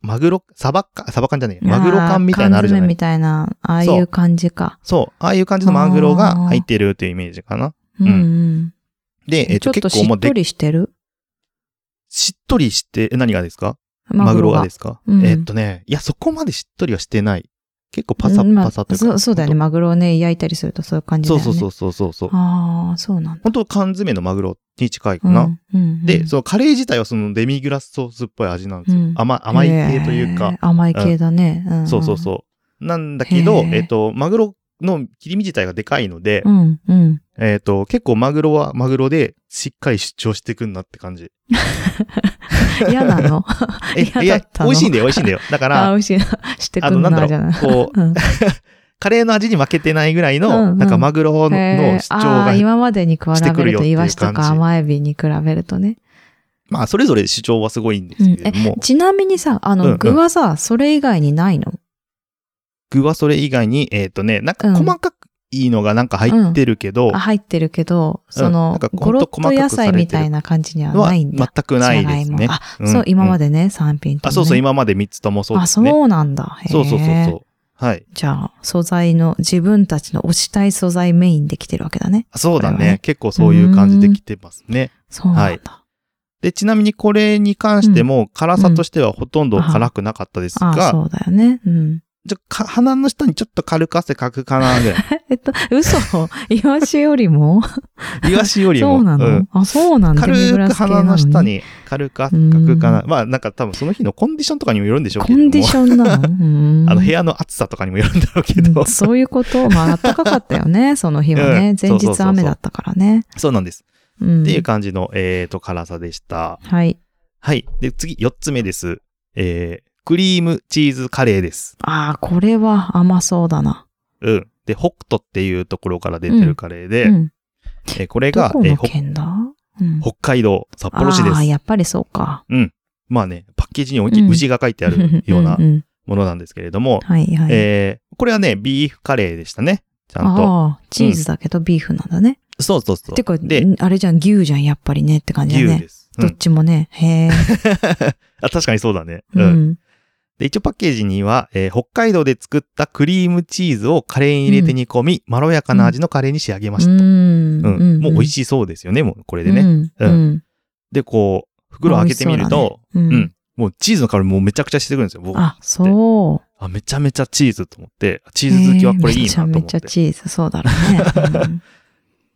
[SPEAKER 2] マグロ、サバ缶、サバ缶じゃねえ。マグロ缶みたいなのあるじ
[SPEAKER 1] あ
[SPEAKER 2] ゃ
[SPEAKER 1] ー缶詰
[SPEAKER 2] な
[SPEAKER 1] み
[SPEAKER 2] い。
[SPEAKER 1] たいな、ああいう感じか。
[SPEAKER 2] そう。ああいう感じのマグロが入ってるというイメージかな。
[SPEAKER 1] うんんうん。
[SPEAKER 2] で、えーっ
[SPEAKER 1] ちょっ
[SPEAKER 2] と、
[SPEAKER 1] と
[SPEAKER 2] 結
[SPEAKER 1] し
[SPEAKER 2] 構も
[SPEAKER 1] っ
[SPEAKER 2] うで
[SPEAKER 1] と、りしてる
[SPEAKER 2] しっとりして、何がですか
[SPEAKER 1] マ
[SPEAKER 2] マ
[SPEAKER 1] グ
[SPEAKER 2] グ
[SPEAKER 1] ロ
[SPEAKER 2] ロが
[SPEAKER 1] が
[SPEAKER 2] で。すか、
[SPEAKER 1] うん
[SPEAKER 2] えーっとね、いや、そこまでしっとりはしてない。結構パサパサというか。
[SPEAKER 1] そうそうだよね。
[SPEAKER 2] ほん
[SPEAKER 1] マグロをね、焼いたりするとそういう感じだ
[SPEAKER 2] と。
[SPEAKER 1] よね。
[SPEAKER 2] そうそうそうそうそう。
[SPEAKER 1] ああ、そうなんだ。
[SPEAKER 2] 本当缶詰のマグロに近いか
[SPEAKER 1] うん
[SPEAKER 2] な。
[SPEAKER 1] うんうん
[SPEAKER 2] で、そのカレー自体はそのデミグラスソースっぽい味なんですよ。
[SPEAKER 1] うん
[SPEAKER 2] 甘甘い系というか、
[SPEAKER 1] えー甘い系だね。ん
[SPEAKER 2] そうそうそう。なんだけ
[SPEAKER 1] へ
[SPEAKER 2] ど、
[SPEAKER 1] ー
[SPEAKER 2] えっ、と、マグロの切り身自体がでかいので、
[SPEAKER 1] うん。うん、うん。
[SPEAKER 2] えっ、と、結構マグロはマグロでしっかり主張してくんなって 感じ。
[SPEAKER 1] 嫌なの
[SPEAKER 2] え、
[SPEAKER 1] 嫌
[SPEAKER 2] い
[SPEAKER 1] だ
[SPEAKER 2] や
[SPEAKER 1] っ、たの
[SPEAKER 2] 美味しいんだよ、美味しいんだよ。だか
[SPEAKER 1] あ
[SPEAKER 2] ら、
[SPEAKER 1] 美味しいな。して
[SPEAKER 2] あ
[SPEAKER 1] く
[SPEAKER 2] の、
[SPEAKER 1] ん
[SPEAKER 2] なんだ
[SPEAKER 1] な、じゃ
[SPEAKER 2] ろ
[SPEAKER 1] な
[SPEAKER 2] う、
[SPEAKER 1] い。
[SPEAKER 2] こう、
[SPEAKER 1] うん
[SPEAKER 2] カレーの味に負けてないぐら
[SPEAKER 1] う
[SPEAKER 2] い
[SPEAKER 1] ん
[SPEAKER 2] の、
[SPEAKER 1] うん
[SPEAKER 2] なんかマグロの
[SPEAKER 1] へー
[SPEAKER 2] の主張
[SPEAKER 1] あ
[SPEAKER 2] が
[SPEAKER 1] ー、今までに比
[SPEAKER 2] して
[SPEAKER 1] べ
[SPEAKER 2] くる
[SPEAKER 1] る
[SPEAKER 2] よっ
[SPEAKER 1] と、
[SPEAKER 2] てい
[SPEAKER 1] イ
[SPEAKER 2] う感
[SPEAKER 1] ワ
[SPEAKER 2] じ
[SPEAKER 1] シとか甘エビに比べるとね。
[SPEAKER 2] まあ、それぞれ主張はすごいんですけれども、
[SPEAKER 1] ちなみにさ、あ
[SPEAKER 2] うんう
[SPEAKER 1] の、
[SPEAKER 2] ん
[SPEAKER 1] 具はさ、それ以外にないの
[SPEAKER 2] 具はそれ以外に、えっ、とね、な
[SPEAKER 1] う
[SPEAKER 2] んか
[SPEAKER 1] ん
[SPEAKER 2] 細かくいいのがなんか入ってるけど、
[SPEAKER 1] あ入ってるけど、そ
[SPEAKER 2] な
[SPEAKER 1] の
[SPEAKER 2] んか、ほ
[SPEAKER 1] ゴ
[SPEAKER 2] ん
[SPEAKER 1] ロ
[SPEAKER 2] と
[SPEAKER 1] ッと野菜みたいな感じには
[SPEAKER 2] は
[SPEAKER 1] ないん
[SPEAKER 2] 全
[SPEAKER 1] だ。
[SPEAKER 2] くないです
[SPEAKER 1] じ
[SPEAKER 2] ね
[SPEAKER 1] ゃがいも。
[SPEAKER 2] う
[SPEAKER 1] あ、
[SPEAKER 2] ん
[SPEAKER 1] そう、今までね、3品ともね。
[SPEAKER 2] あ、そうそう、今まで3つともそうで
[SPEAKER 1] あ、
[SPEAKER 2] すね。
[SPEAKER 1] そうなんだ。へー
[SPEAKER 2] そうそうそうそう。はい。
[SPEAKER 1] じゃあ、素材の、自分たちの推したい素材メインで来てるわけだね。
[SPEAKER 2] あそうだ
[SPEAKER 1] これは
[SPEAKER 2] ね
[SPEAKER 1] ね。
[SPEAKER 2] 結構そういう感じで来てますね。
[SPEAKER 1] そうなんだ。
[SPEAKER 2] で、ちなみにこれに関しても、辛さとしてはほとんど辛くなかったです
[SPEAKER 1] あ、
[SPEAKER 2] が、
[SPEAKER 1] そうだよね。うん。
[SPEAKER 2] ちょか鼻の下にちょっと軽く汗かくかな、ぐらい。
[SPEAKER 1] えっと、嘘 イワシよりも
[SPEAKER 2] イワシよりも。
[SPEAKER 1] そうなの、
[SPEAKER 2] ん
[SPEAKER 1] あ、そうなんだ。
[SPEAKER 2] 軽
[SPEAKER 1] デミグラ
[SPEAKER 2] く
[SPEAKER 1] ス系
[SPEAKER 2] 鼻
[SPEAKER 1] な
[SPEAKER 2] の下
[SPEAKER 1] に。
[SPEAKER 2] に軽く汗かくかな。
[SPEAKER 1] う
[SPEAKER 2] まあなんか多分その日のコンディションとかにもよるんでしょう
[SPEAKER 1] コ
[SPEAKER 2] けれ
[SPEAKER 1] ン
[SPEAKER 2] ど
[SPEAKER 1] ディ
[SPEAKER 2] も
[SPEAKER 1] シ。ョンなのうん
[SPEAKER 2] あの部屋の暑さとかにもよるんだろうけど
[SPEAKER 1] うん。そういうこと。まあ、暖かかったよね。その日は
[SPEAKER 2] う
[SPEAKER 1] ね前
[SPEAKER 2] ん。そうそうそう
[SPEAKER 1] 日
[SPEAKER 2] そう
[SPEAKER 1] 雨だったからね。
[SPEAKER 2] そうなんです。
[SPEAKER 1] うん。
[SPEAKER 2] っていう感じの、えーと、辛さでした。
[SPEAKER 1] はい。
[SPEAKER 2] はい。で、次、4つ目です。えー、クリームチーズカレーです。
[SPEAKER 1] ああ、これは甘そうだな。
[SPEAKER 2] うん。で、北斗っていうところから出てるカレーで、
[SPEAKER 1] うん。
[SPEAKER 2] えーこれ
[SPEAKER 1] ど
[SPEAKER 2] が、
[SPEAKER 1] こ
[SPEAKER 2] え
[SPEAKER 1] の
[SPEAKER 2] ー北
[SPEAKER 1] 県だうん。
[SPEAKER 2] 北海道札幌市で
[SPEAKER 1] あ
[SPEAKER 2] す
[SPEAKER 1] あ、。やっぱりそうか。
[SPEAKER 2] まあね、パッケージに大きい
[SPEAKER 1] うん
[SPEAKER 2] 牛が書いて あるような
[SPEAKER 1] んん
[SPEAKER 2] ものなんですけれども、
[SPEAKER 1] はいはい。
[SPEAKER 2] えーこれはね、ビーフカレーでしたね。ちゃんと。
[SPEAKER 1] ああ、チーズだけどビーフなんだね。
[SPEAKER 2] そうそうそう。
[SPEAKER 1] てか、
[SPEAKER 2] で、
[SPEAKER 1] あれじゃん、牛じゃん、やっぱりねって感じだ
[SPEAKER 2] 牛
[SPEAKER 1] ね。
[SPEAKER 2] です。う
[SPEAKER 1] どっ
[SPEAKER 2] ん、
[SPEAKER 1] ちもね。へえ。
[SPEAKER 2] あ確かにそうだね。
[SPEAKER 1] う
[SPEAKER 2] うん。
[SPEAKER 1] ん。
[SPEAKER 2] で、一応パッケージには、えー北海道で作ったクリームチーズをカレーに入れて煮込み、まろやかな味のカレーに仕上げました。
[SPEAKER 1] ん
[SPEAKER 2] うん。もう美味
[SPEAKER 1] い
[SPEAKER 2] しそうですよね、もうこれでね。
[SPEAKER 1] ね。うん。うん
[SPEAKER 2] で、こう、袋を開けてみると、
[SPEAKER 1] 美味しそうだね
[SPEAKER 2] う
[SPEAKER 1] うん
[SPEAKER 2] ん。もうチーズの香りもうめちゃくちゃしてくるんですよ、僕。
[SPEAKER 1] あ、そう。
[SPEAKER 2] あ、めちゃめちゃチーズと思って、チーズ好きはこれいいなと
[SPEAKER 1] へえ
[SPEAKER 2] 思
[SPEAKER 1] め
[SPEAKER 2] っ
[SPEAKER 1] ちゃめちゃ
[SPEAKER 2] て。
[SPEAKER 1] チーズ、そうだろうね。うん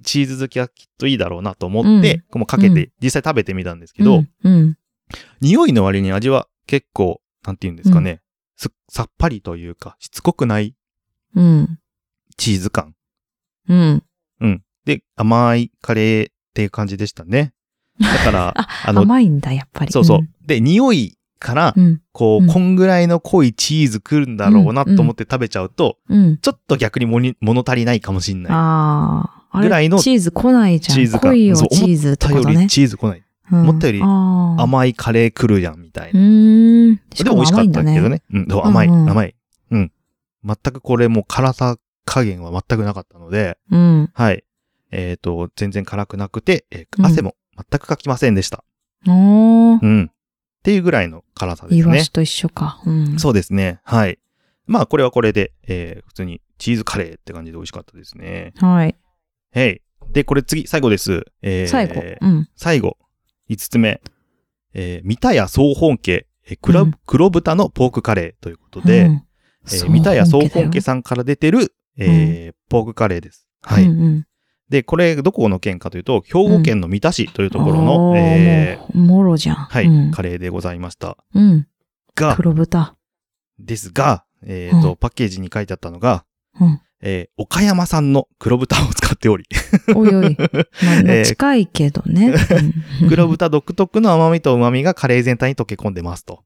[SPEAKER 2] チーズ好きはきっといいだろうなと思って、こうもうかけて、実際食べてみたんですけど、、
[SPEAKER 1] うん。
[SPEAKER 2] 匂いの割に味は結構、なんて言うんですかね、すさっぱりというか、しつこくない
[SPEAKER 1] うん。
[SPEAKER 2] チーズ感。
[SPEAKER 1] うん。
[SPEAKER 2] で、甘いカレーっていう感じでしたね。だ から、あの、
[SPEAKER 1] 甘いんだ、やっぱり。
[SPEAKER 2] そうそう。で、匂いから
[SPEAKER 1] う、ん。
[SPEAKER 2] こ
[SPEAKER 1] う
[SPEAKER 2] う、
[SPEAKER 1] ん
[SPEAKER 2] こんぐらいの濃いチーズ来るんだろうなと思って食べちゃうと、
[SPEAKER 1] うん。
[SPEAKER 2] ちょっと逆にもに物足りないかもしん
[SPEAKER 1] うん。
[SPEAKER 2] ない。
[SPEAKER 1] ああ。あれ
[SPEAKER 2] ぐらいの
[SPEAKER 1] チーズ来ないじゃん。
[SPEAKER 2] チーズ感
[SPEAKER 1] 濃いよ、
[SPEAKER 2] そう
[SPEAKER 1] チーズって
[SPEAKER 2] 頼
[SPEAKER 1] こと
[SPEAKER 2] り
[SPEAKER 1] ね。
[SPEAKER 2] チーズ来ない。思ったより
[SPEAKER 1] 甘
[SPEAKER 2] 甘いカレー来るやん、みたいうな。
[SPEAKER 1] ーん。し
[SPEAKER 2] で
[SPEAKER 1] か
[SPEAKER 2] も美
[SPEAKER 1] も
[SPEAKER 2] 味しか
[SPEAKER 1] 甘
[SPEAKER 2] っ
[SPEAKER 1] いん
[SPEAKER 2] た
[SPEAKER 1] だ
[SPEAKER 2] けど
[SPEAKER 1] ね。
[SPEAKER 2] ね。うん、でも甘い、
[SPEAKER 1] うんうん
[SPEAKER 2] 甘い。うん。全くこれもう辛さ加減は全くなかったので、
[SPEAKER 1] うん。
[SPEAKER 2] はい。えっ、と、全然辛くなくて、えー
[SPEAKER 1] うん
[SPEAKER 2] 汗も全くかきませんでした。
[SPEAKER 1] おー。
[SPEAKER 2] うん。っていうぐらいの辛さで
[SPEAKER 1] イ
[SPEAKER 2] す
[SPEAKER 1] ワ
[SPEAKER 2] ね
[SPEAKER 1] シ。と一緒か。うん。
[SPEAKER 2] そうですね。はい。まあ、これはこれで、えー普通にチーズカレーって感じで美味しかったですね。
[SPEAKER 1] はい。
[SPEAKER 2] はい。で、これ次、最後です。えー
[SPEAKER 1] 最後。うん。
[SPEAKER 2] 最後、五つ目。えー、三田屋総本家、えー黒
[SPEAKER 1] うん
[SPEAKER 2] 黒豚のポークカレーということで、
[SPEAKER 1] うん、
[SPEAKER 2] えー三田屋総本家
[SPEAKER 1] 家
[SPEAKER 2] さんから出てる、えーポークカレーです。
[SPEAKER 1] だ
[SPEAKER 2] は
[SPEAKER 1] よ
[SPEAKER 2] い。
[SPEAKER 1] うんうん
[SPEAKER 2] で、これ、どこの県かというと、兵庫県の三田市というところの、
[SPEAKER 1] おー
[SPEAKER 2] えー
[SPEAKER 1] もうもろじゃん。
[SPEAKER 2] はい、
[SPEAKER 1] うん。
[SPEAKER 2] カレーでございました。
[SPEAKER 1] うん、
[SPEAKER 2] が、
[SPEAKER 1] 黒豚。
[SPEAKER 2] ですが、えっ、と、
[SPEAKER 1] う
[SPEAKER 2] パッケージに書いてあったのが、
[SPEAKER 1] うん
[SPEAKER 2] えー岡山産の黒豚を使っており、
[SPEAKER 1] おいおい。まあ、ま
[SPEAKER 2] えー
[SPEAKER 1] あ近いけど ね。うん
[SPEAKER 2] 黒。豚独特の甘みと旨みがカレー全体に溶け込んでますと。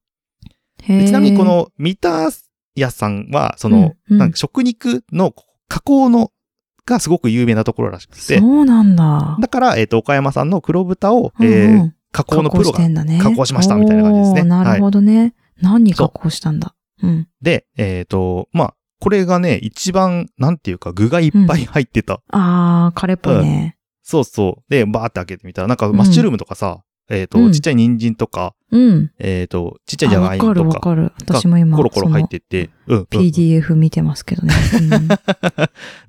[SPEAKER 1] へ
[SPEAKER 2] で
[SPEAKER 1] ー
[SPEAKER 2] ちなみにこ、の三田屋さんは、その、
[SPEAKER 1] うんうん
[SPEAKER 2] なんか食肉の加工のがすごく有名なところらしくて、
[SPEAKER 1] そうなんだ。
[SPEAKER 2] だから、えっ、と、岡山産の黒豚を、え
[SPEAKER 1] う
[SPEAKER 2] ー
[SPEAKER 1] んうん
[SPEAKER 2] 加工のプ
[SPEAKER 1] 加
[SPEAKER 2] ロ
[SPEAKER 1] 工し
[SPEAKER 2] が
[SPEAKER 1] てんだね。
[SPEAKER 2] 加工しましたみたいな感じですね
[SPEAKER 1] おーなるほどね。何に
[SPEAKER 2] そう
[SPEAKER 1] 加工したんだ。うん。
[SPEAKER 2] で、えっ、と、まあ、これがね、一番、なんていうか、具がいっぱい入ってた。
[SPEAKER 1] あー、カレーっぽいね。
[SPEAKER 2] そうそう。で、バーって開けてみたら、なんか、
[SPEAKER 1] ん
[SPEAKER 2] マッシュルームとかさ、えっ、と、
[SPEAKER 1] うん
[SPEAKER 2] ちっちゃい人参とか、
[SPEAKER 1] うん。
[SPEAKER 2] えっ、と、ちっちゃいじゃがいも
[SPEAKER 1] あ
[SPEAKER 2] と
[SPEAKER 1] わ
[SPEAKER 2] か、
[SPEAKER 1] かるわかる。私も今、
[SPEAKER 2] コロコロ入っ
[SPEAKER 1] そ
[SPEAKER 2] てって、うん、うん
[SPEAKER 1] の PDF 見てますけどね。うん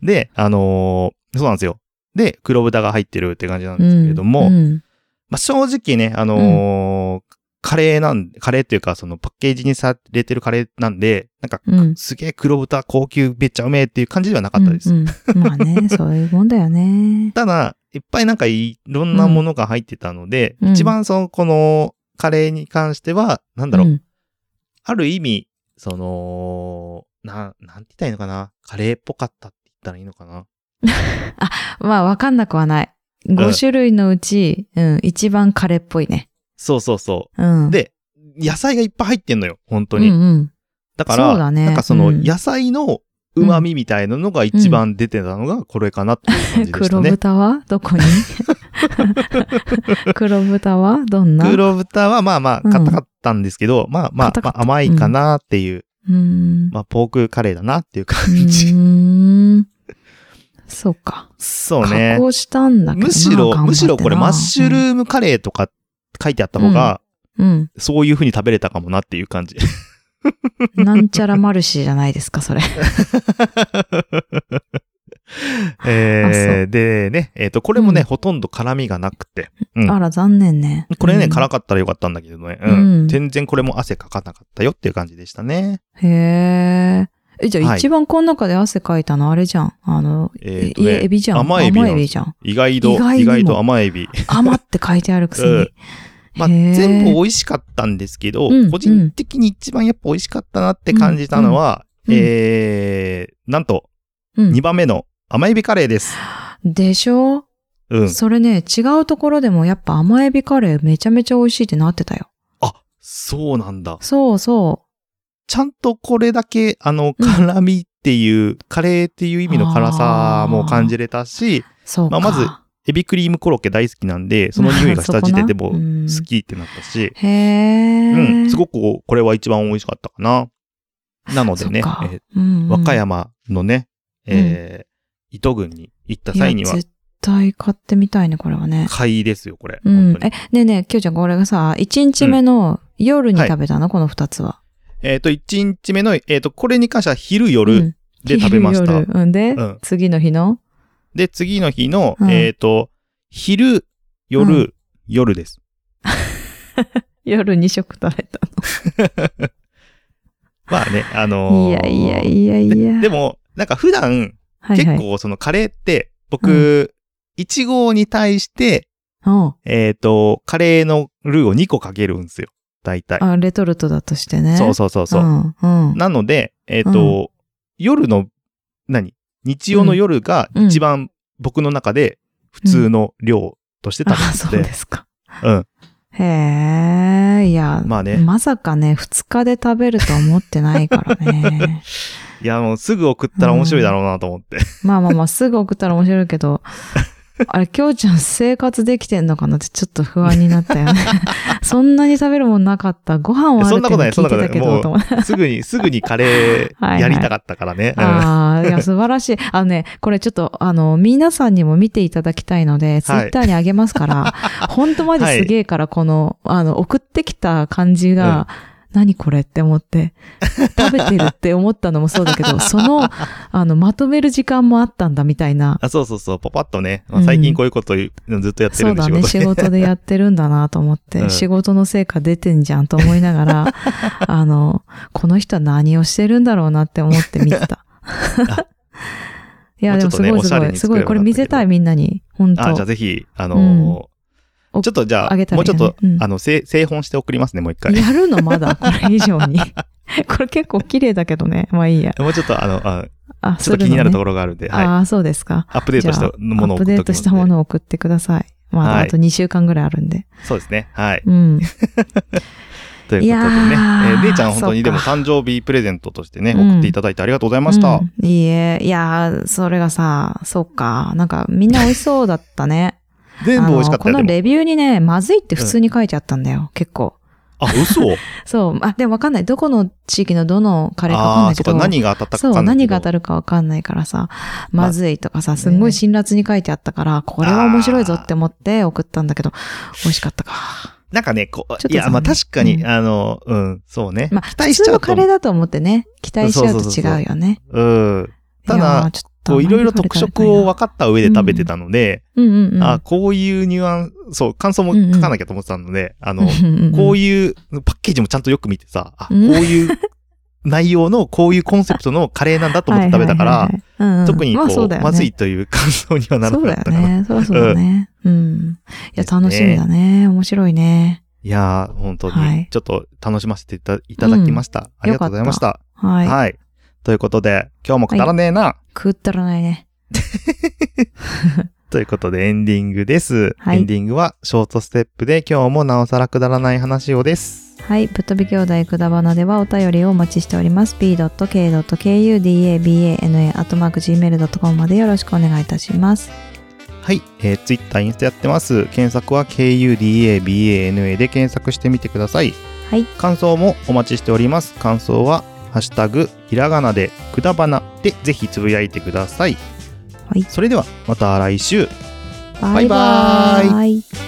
[SPEAKER 2] で、あのーそうなんですよ。で、黒豚が入ってるって感じなんですけれども、
[SPEAKER 1] うんうん
[SPEAKER 2] まあ、正直ね、あのーカレーなん、カレーっていうか、そのパッケージにされてるカレーなんで、なんか、
[SPEAKER 1] うん
[SPEAKER 2] すげえ黒豚高級めっちゃうめえっていう感じではなかったです。
[SPEAKER 1] うんうんまあね、そういうもんだよね。
[SPEAKER 2] ただ、いっぱいなんかいろんなものが入ってたので、
[SPEAKER 1] うん
[SPEAKER 2] 一番その、このカレーに関しては、なんだろう、
[SPEAKER 1] うん
[SPEAKER 2] ある意味、その、な、なんて言ったらいいのかな。カレーっぽかったって言ったらいいのかな。
[SPEAKER 1] まあ、わかんなくはない。
[SPEAKER 2] うん
[SPEAKER 1] 5種類のうち、うん、一番カレーっぽいね。
[SPEAKER 2] そうそうそ
[SPEAKER 1] うん。
[SPEAKER 2] う。、で、野菜がいっぱい入ってんのよ、本当
[SPEAKER 1] うん
[SPEAKER 2] に。
[SPEAKER 1] うん。
[SPEAKER 2] だから、
[SPEAKER 1] そうだね
[SPEAKER 2] なんかその
[SPEAKER 1] うん
[SPEAKER 2] 野菜の旨味みたいなのが一番出てたのがこれかなっていう感じでし た
[SPEAKER 1] 黒
[SPEAKER 2] ね。
[SPEAKER 1] 豚はどこに黒豚はどんな
[SPEAKER 2] 黒豚はまあまあ
[SPEAKER 1] うん
[SPEAKER 2] 硬かったんですけど、まあまあ
[SPEAKER 1] 硬か
[SPEAKER 2] ま
[SPEAKER 1] っ
[SPEAKER 2] あ甘いかなっていう、
[SPEAKER 1] うん。
[SPEAKER 2] まあポークカレーだなっていう
[SPEAKER 1] う
[SPEAKER 2] 感じ。
[SPEAKER 1] ーん。そうか。
[SPEAKER 2] そうね
[SPEAKER 1] 加。工したんだけどな
[SPEAKER 2] むし
[SPEAKER 1] 頑張って
[SPEAKER 2] ろ、
[SPEAKER 1] な
[SPEAKER 2] むしろこれマッシュルームカレーとか書いてあった方が、
[SPEAKER 1] うん。
[SPEAKER 2] そういう風に食べれたかもなっていう 感じ。
[SPEAKER 1] うんなんちゃらマルシーじゃないですか、それ。
[SPEAKER 2] えー、でね、えっ、と、これもね、
[SPEAKER 1] うん
[SPEAKER 2] ほとんど辛みがなくて。うん
[SPEAKER 1] あら、残念ね。
[SPEAKER 2] これね、
[SPEAKER 1] うん
[SPEAKER 2] 辛かったらよかったんだけどね。うん。
[SPEAKER 1] うん
[SPEAKER 2] 全然これも汗かかなかったよっていう感じでしたね。
[SPEAKER 1] へーえ。じゃ
[SPEAKER 2] は
[SPEAKER 1] あ
[SPEAKER 2] い
[SPEAKER 1] 一番この中で汗かいたのあれじゃん。あの、
[SPEAKER 2] えーと
[SPEAKER 1] い
[SPEAKER 2] ね
[SPEAKER 1] えエビじゃん。
[SPEAKER 2] 甘エビなんです
[SPEAKER 1] じゃん。
[SPEAKER 2] 意外と、
[SPEAKER 1] 意
[SPEAKER 2] 意
[SPEAKER 1] 外
[SPEAKER 2] 外
[SPEAKER 1] にも
[SPEAKER 2] と甘エビ。
[SPEAKER 1] 甘って書いてあるくせに。
[SPEAKER 2] うんまあ、
[SPEAKER 1] へー
[SPEAKER 2] 全部美味しかったんですけど、
[SPEAKER 1] うん
[SPEAKER 2] 個人的に一番やっぱ美味しかったなって感じたのは、
[SPEAKER 1] うんうん
[SPEAKER 2] えー、なんと、
[SPEAKER 1] うん
[SPEAKER 2] 2番目の甘エビカレーです。
[SPEAKER 1] でしょ、
[SPEAKER 2] うん。
[SPEAKER 1] それね、違うところでもやっぱ甘エビカレーめちゃめちゃ美味しいってなってたよ。
[SPEAKER 2] あ、そうなんだ。
[SPEAKER 1] そうそ
[SPEAKER 2] ちゃんとこれだけ、あの、辛みっていう、カレーっていう意味の辛さも感じれたし、
[SPEAKER 1] う。そうか。
[SPEAKER 2] まあまずエビクリームコロッケ大好きなんで、その匂いがした時点でもう
[SPEAKER 1] そこなうん
[SPEAKER 2] 好きってなったし、
[SPEAKER 1] へ
[SPEAKER 2] う
[SPEAKER 1] え。
[SPEAKER 2] ん、す
[SPEAKER 1] く
[SPEAKER 2] ごくこれは一番美味しかったかな。なのでね、えー和歌山のね、えー糸郡に行った際にはい
[SPEAKER 1] や、絶対買ってみたいね、これはね。
[SPEAKER 2] 買いですよ、これ。
[SPEAKER 1] うん。
[SPEAKER 2] 本当
[SPEAKER 1] え
[SPEAKER 2] に、
[SPEAKER 1] ねえねえ、きょうちゃん、これがさ、1日目の夜に食べたの、この2つは。
[SPEAKER 2] えっ、と、1日目の、えっ、と、これに関しては昼夜
[SPEAKER 1] うん
[SPEAKER 2] で食べました。
[SPEAKER 1] 昼 夜うんで、
[SPEAKER 2] うん
[SPEAKER 1] 次の日の
[SPEAKER 2] で、次の日の、
[SPEAKER 1] うん
[SPEAKER 2] えっ、と、昼、夜、
[SPEAKER 1] う
[SPEAKER 2] 夜です。
[SPEAKER 1] 夜2食食べた
[SPEAKER 2] まあね、あの
[SPEAKER 1] の。
[SPEAKER 2] ー
[SPEAKER 1] いやいやいやいや。
[SPEAKER 2] ででも、なんか普段、
[SPEAKER 1] はいはい、
[SPEAKER 2] 結構そのカレーって、僕、1号に対して、
[SPEAKER 1] 構、
[SPEAKER 2] えっ、と、カレーのルーを2個かけるんですよ。大体。
[SPEAKER 1] あレトルトだとしてね。
[SPEAKER 2] そうそうそうそう。
[SPEAKER 1] んうん。
[SPEAKER 2] なので、えっ、と、夜の、何日曜の夜が
[SPEAKER 1] うん
[SPEAKER 2] 一番僕の中で普通の量として
[SPEAKER 1] あ
[SPEAKER 2] 食
[SPEAKER 1] そう
[SPEAKER 2] べて
[SPEAKER 1] で
[SPEAKER 2] て、
[SPEAKER 1] すか。
[SPEAKER 2] うん。
[SPEAKER 1] へえ、いや、
[SPEAKER 2] まあね
[SPEAKER 1] まさかね、2日で食べると思ってないからね。
[SPEAKER 2] いや、もうすぐ送ったら面白いだろうなと思って。
[SPEAKER 1] まあまあまあ、すぐ送ったら面白いけ ど、あれ、きょうちゃん生活できてんのかなってちょっと不安になった よね。そんなに食べるもんなかった。ご飯はあるっていうのは聞いてたけ
[SPEAKER 2] そん
[SPEAKER 1] ど、
[SPEAKER 2] なことと
[SPEAKER 1] 思って。
[SPEAKER 2] す ぐに、すぐにカレ
[SPEAKER 1] はいは
[SPEAKER 2] ー
[SPEAKER 1] い
[SPEAKER 2] やりたかったからね。うん
[SPEAKER 1] ああ、いや、素晴らしい。あのね、これちょっと、あの、皆さんにも見ていただきたいので、ツイッターにあげます から、本当マジすげえから、この、あの、送ってきた感じが、何これって思って、食べてるって思ったのもそうだけど、その、あの、まとめる時間もあったんだみたいな。
[SPEAKER 2] あそうそうそう、パパッとね。まあ
[SPEAKER 1] うん
[SPEAKER 2] 最近こういうこと言うずっとやって
[SPEAKER 1] そ
[SPEAKER 2] る
[SPEAKER 1] うん
[SPEAKER 2] で
[SPEAKER 1] だ
[SPEAKER 2] 仕
[SPEAKER 1] ね、
[SPEAKER 2] 事
[SPEAKER 1] 仕
[SPEAKER 2] で。
[SPEAKER 1] 事でやってるんだなと思って、
[SPEAKER 2] うん
[SPEAKER 1] 仕事の成果出てんじゃんと思いなが ら、あの、この人は何をしてるんだろうなって思って見て た。いや、でもすご
[SPEAKER 2] もう
[SPEAKER 1] い
[SPEAKER 2] ちょ
[SPEAKER 1] す
[SPEAKER 2] っと
[SPEAKER 1] ご
[SPEAKER 2] ね
[SPEAKER 1] い、すご
[SPEAKER 2] おしゃれに作ればよかっ
[SPEAKER 1] い、
[SPEAKER 2] たけど
[SPEAKER 1] これ見せたいみんなに、本当
[SPEAKER 2] あ、じゃあぜひ、あのー
[SPEAKER 1] うん
[SPEAKER 2] ちょっとじゃあ、
[SPEAKER 1] あげたら
[SPEAKER 2] も
[SPEAKER 1] いうい
[SPEAKER 2] ちょ
[SPEAKER 1] よ
[SPEAKER 2] っ
[SPEAKER 1] ね
[SPEAKER 2] と、
[SPEAKER 1] うん
[SPEAKER 2] あの、せ製本して送りますね、もう一回。
[SPEAKER 1] やるのまだ、これ以上に。これ結構綺麗だけどね。まあいいや。
[SPEAKER 2] もうちょっと、あの、あ
[SPEAKER 1] あ、
[SPEAKER 2] ちょっと気になると
[SPEAKER 1] こ
[SPEAKER 2] ころがあるんで、はい。
[SPEAKER 1] ああ、そうですか。
[SPEAKER 2] アップデートしたもの
[SPEAKER 1] ア
[SPEAKER 2] を
[SPEAKER 1] ップ
[SPEAKER 2] 送っときます
[SPEAKER 1] デ
[SPEAKER 2] んで
[SPEAKER 1] ートしたものを送ってください。まあ、
[SPEAKER 2] は
[SPEAKER 1] あ
[SPEAKER 2] い
[SPEAKER 1] と2週間ぐらいあるんで。
[SPEAKER 2] そうですね。はい。
[SPEAKER 1] うん。
[SPEAKER 2] ということでね。え
[SPEAKER 1] いやー
[SPEAKER 2] ー、れいちゃん本当にでも
[SPEAKER 1] そ
[SPEAKER 2] 誕生日プレゼントとしてね、
[SPEAKER 1] うん
[SPEAKER 2] 送っていただいてありがとうございました。
[SPEAKER 1] うんいいえ、いやー、それがさ、そっか。なんか、みんな美味しそうだったね。
[SPEAKER 2] 全部美味
[SPEAKER 1] あ
[SPEAKER 2] しか
[SPEAKER 1] の
[SPEAKER 2] った
[SPEAKER 1] こ
[SPEAKER 2] よ。
[SPEAKER 1] の
[SPEAKER 2] でも
[SPEAKER 1] レビューにね、まずいって普通に書いてあったんだよ、結構。
[SPEAKER 2] あ、嘘
[SPEAKER 1] そう。あ、でもわかんない。どこの地域のどのカレーかわかん
[SPEAKER 2] あ
[SPEAKER 1] な
[SPEAKER 2] あー、
[SPEAKER 1] い
[SPEAKER 2] そ
[SPEAKER 1] け
[SPEAKER 2] っか、
[SPEAKER 1] ど。
[SPEAKER 2] 何が当たったか
[SPEAKER 1] そう、
[SPEAKER 2] わかんないけ
[SPEAKER 1] 何
[SPEAKER 2] ど
[SPEAKER 1] が当たるかわかんないからさ、
[SPEAKER 2] まあ
[SPEAKER 1] まずいとかさ、すんごい辛辣に書いてあったから、これは面白いぞって思って送ったんだけど、美味しかったか。
[SPEAKER 2] なんかね、こ
[SPEAKER 1] ちょっ
[SPEAKER 2] う、
[SPEAKER 1] と
[SPEAKER 2] いや、
[SPEAKER 1] 残念
[SPEAKER 2] まあ確かに、
[SPEAKER 1] うん
[SPEAKER 2] あの、うん、そうね。
[SPEAKER 1] まあ、
[SPEAKER 2] 期待し
[SPEAKER 1] 普
[SPEAKER 2] ち
[SPEAKER 1] 通
[SPEAKER 2] ゃう
[SPEAKER 1] の
[SPEAKER 2] と
[SPEAKER 1] カレーだと思ってね、期待しちゃうと
[SPEAKER 2] そうそうそう
[SPEAKER 1] 違
[SPEAKER 2] そう
[SPEAKER 1] うよね。
[SPEAKER 2] うん。た
[SPEAKER 1] いやー
[SPEAKER 2] だ、
[SPEAKER 1] ちょっとあ
[SPEAKER 2] こ
[SPEAKER 1] ま
[SPEAKER 2] う
[SPEAKER 1] り
[SPEAKER 2] いろいろ特色を分かった上で食べてたので、
[SPEAKER 1] うんうんうん。
[SPEAKER 2] あこういうニュアンス、そう、感想も書かなきゃと思ってたので、あの、
[SPEAKER 1] うんうんうん
[SPEAKER 2] こういうパッケージもちゃんとよく見てさ、あ、こ
[SPEAKER 1] う
[SPEAKER 2] うんいう内容の、こういうコンセプトのカレーなんだと思って食べたか
[SPEAKER 1] はい
[SPEAKER 2] ら
[SPEAKER 1] は、いはいはいうんうん
[SPEAKER 2] 特にこ
[SPEAKER 1] まあそう
[SPEAKER 2] う、
[SPEAKER 1] だよね
[SPEAKER 2] まずいという感想にはなら
[SPEAKER 1] そう
[SPEAKER 2] な
[SPEAKER 1] だ
[SPEAKER 2] か
[SPEAKER 1] よ
[SPEAKER 2] ったかな。
[SPEAKER 1] ね。そうそうだね。うん。いや、
[SPEAKER 2] ですね
[SPEAKER 1] 楽しみだね。面白いね。
[SPEAKER 2] いやー、本当
[SPEAKER 1] は
[SPEAKER 2] に
[SPEAKER 1] い、
[SPEAKER 2] ちょっと楽しませていたいただきました。ありがとうございました。はい、
[SPEAKER 1] はい。
[SPEAKER 2] ということで、今日もくだらねえな、
[SPEAKER 1] 食ったらないね。
[SPEAKER 2] ということでエンディングです。
[SPEAKER 1] はい
[SPEAKER 2] エンディングはショートステップで今日もなおさらくだらない話をです。
[SPEAKER 1] はい。ぶっ飛び兄弟くだばなではお便りをお待ちしております。b.k.kudabana.gmail.com までよろしくお願いいたします。
[SPEAKER 2] はい、えー、Twitter、インスタやってます。検索は KUDABANA で検索してみてください。
[SPEAKER 1] はい。
[SPEAKER 2] 感想もお待ちしております。感想は、ハッシュタグ、ひらがなで、くだばなでぜひつぶやいてください。
[SPEAKER 1] はい
[SPEAKER 2] それでは、また来週。
[SPEAKER 1] バイバ
[SPEAKER 2] バイバ
[SPEAKER 1] イ。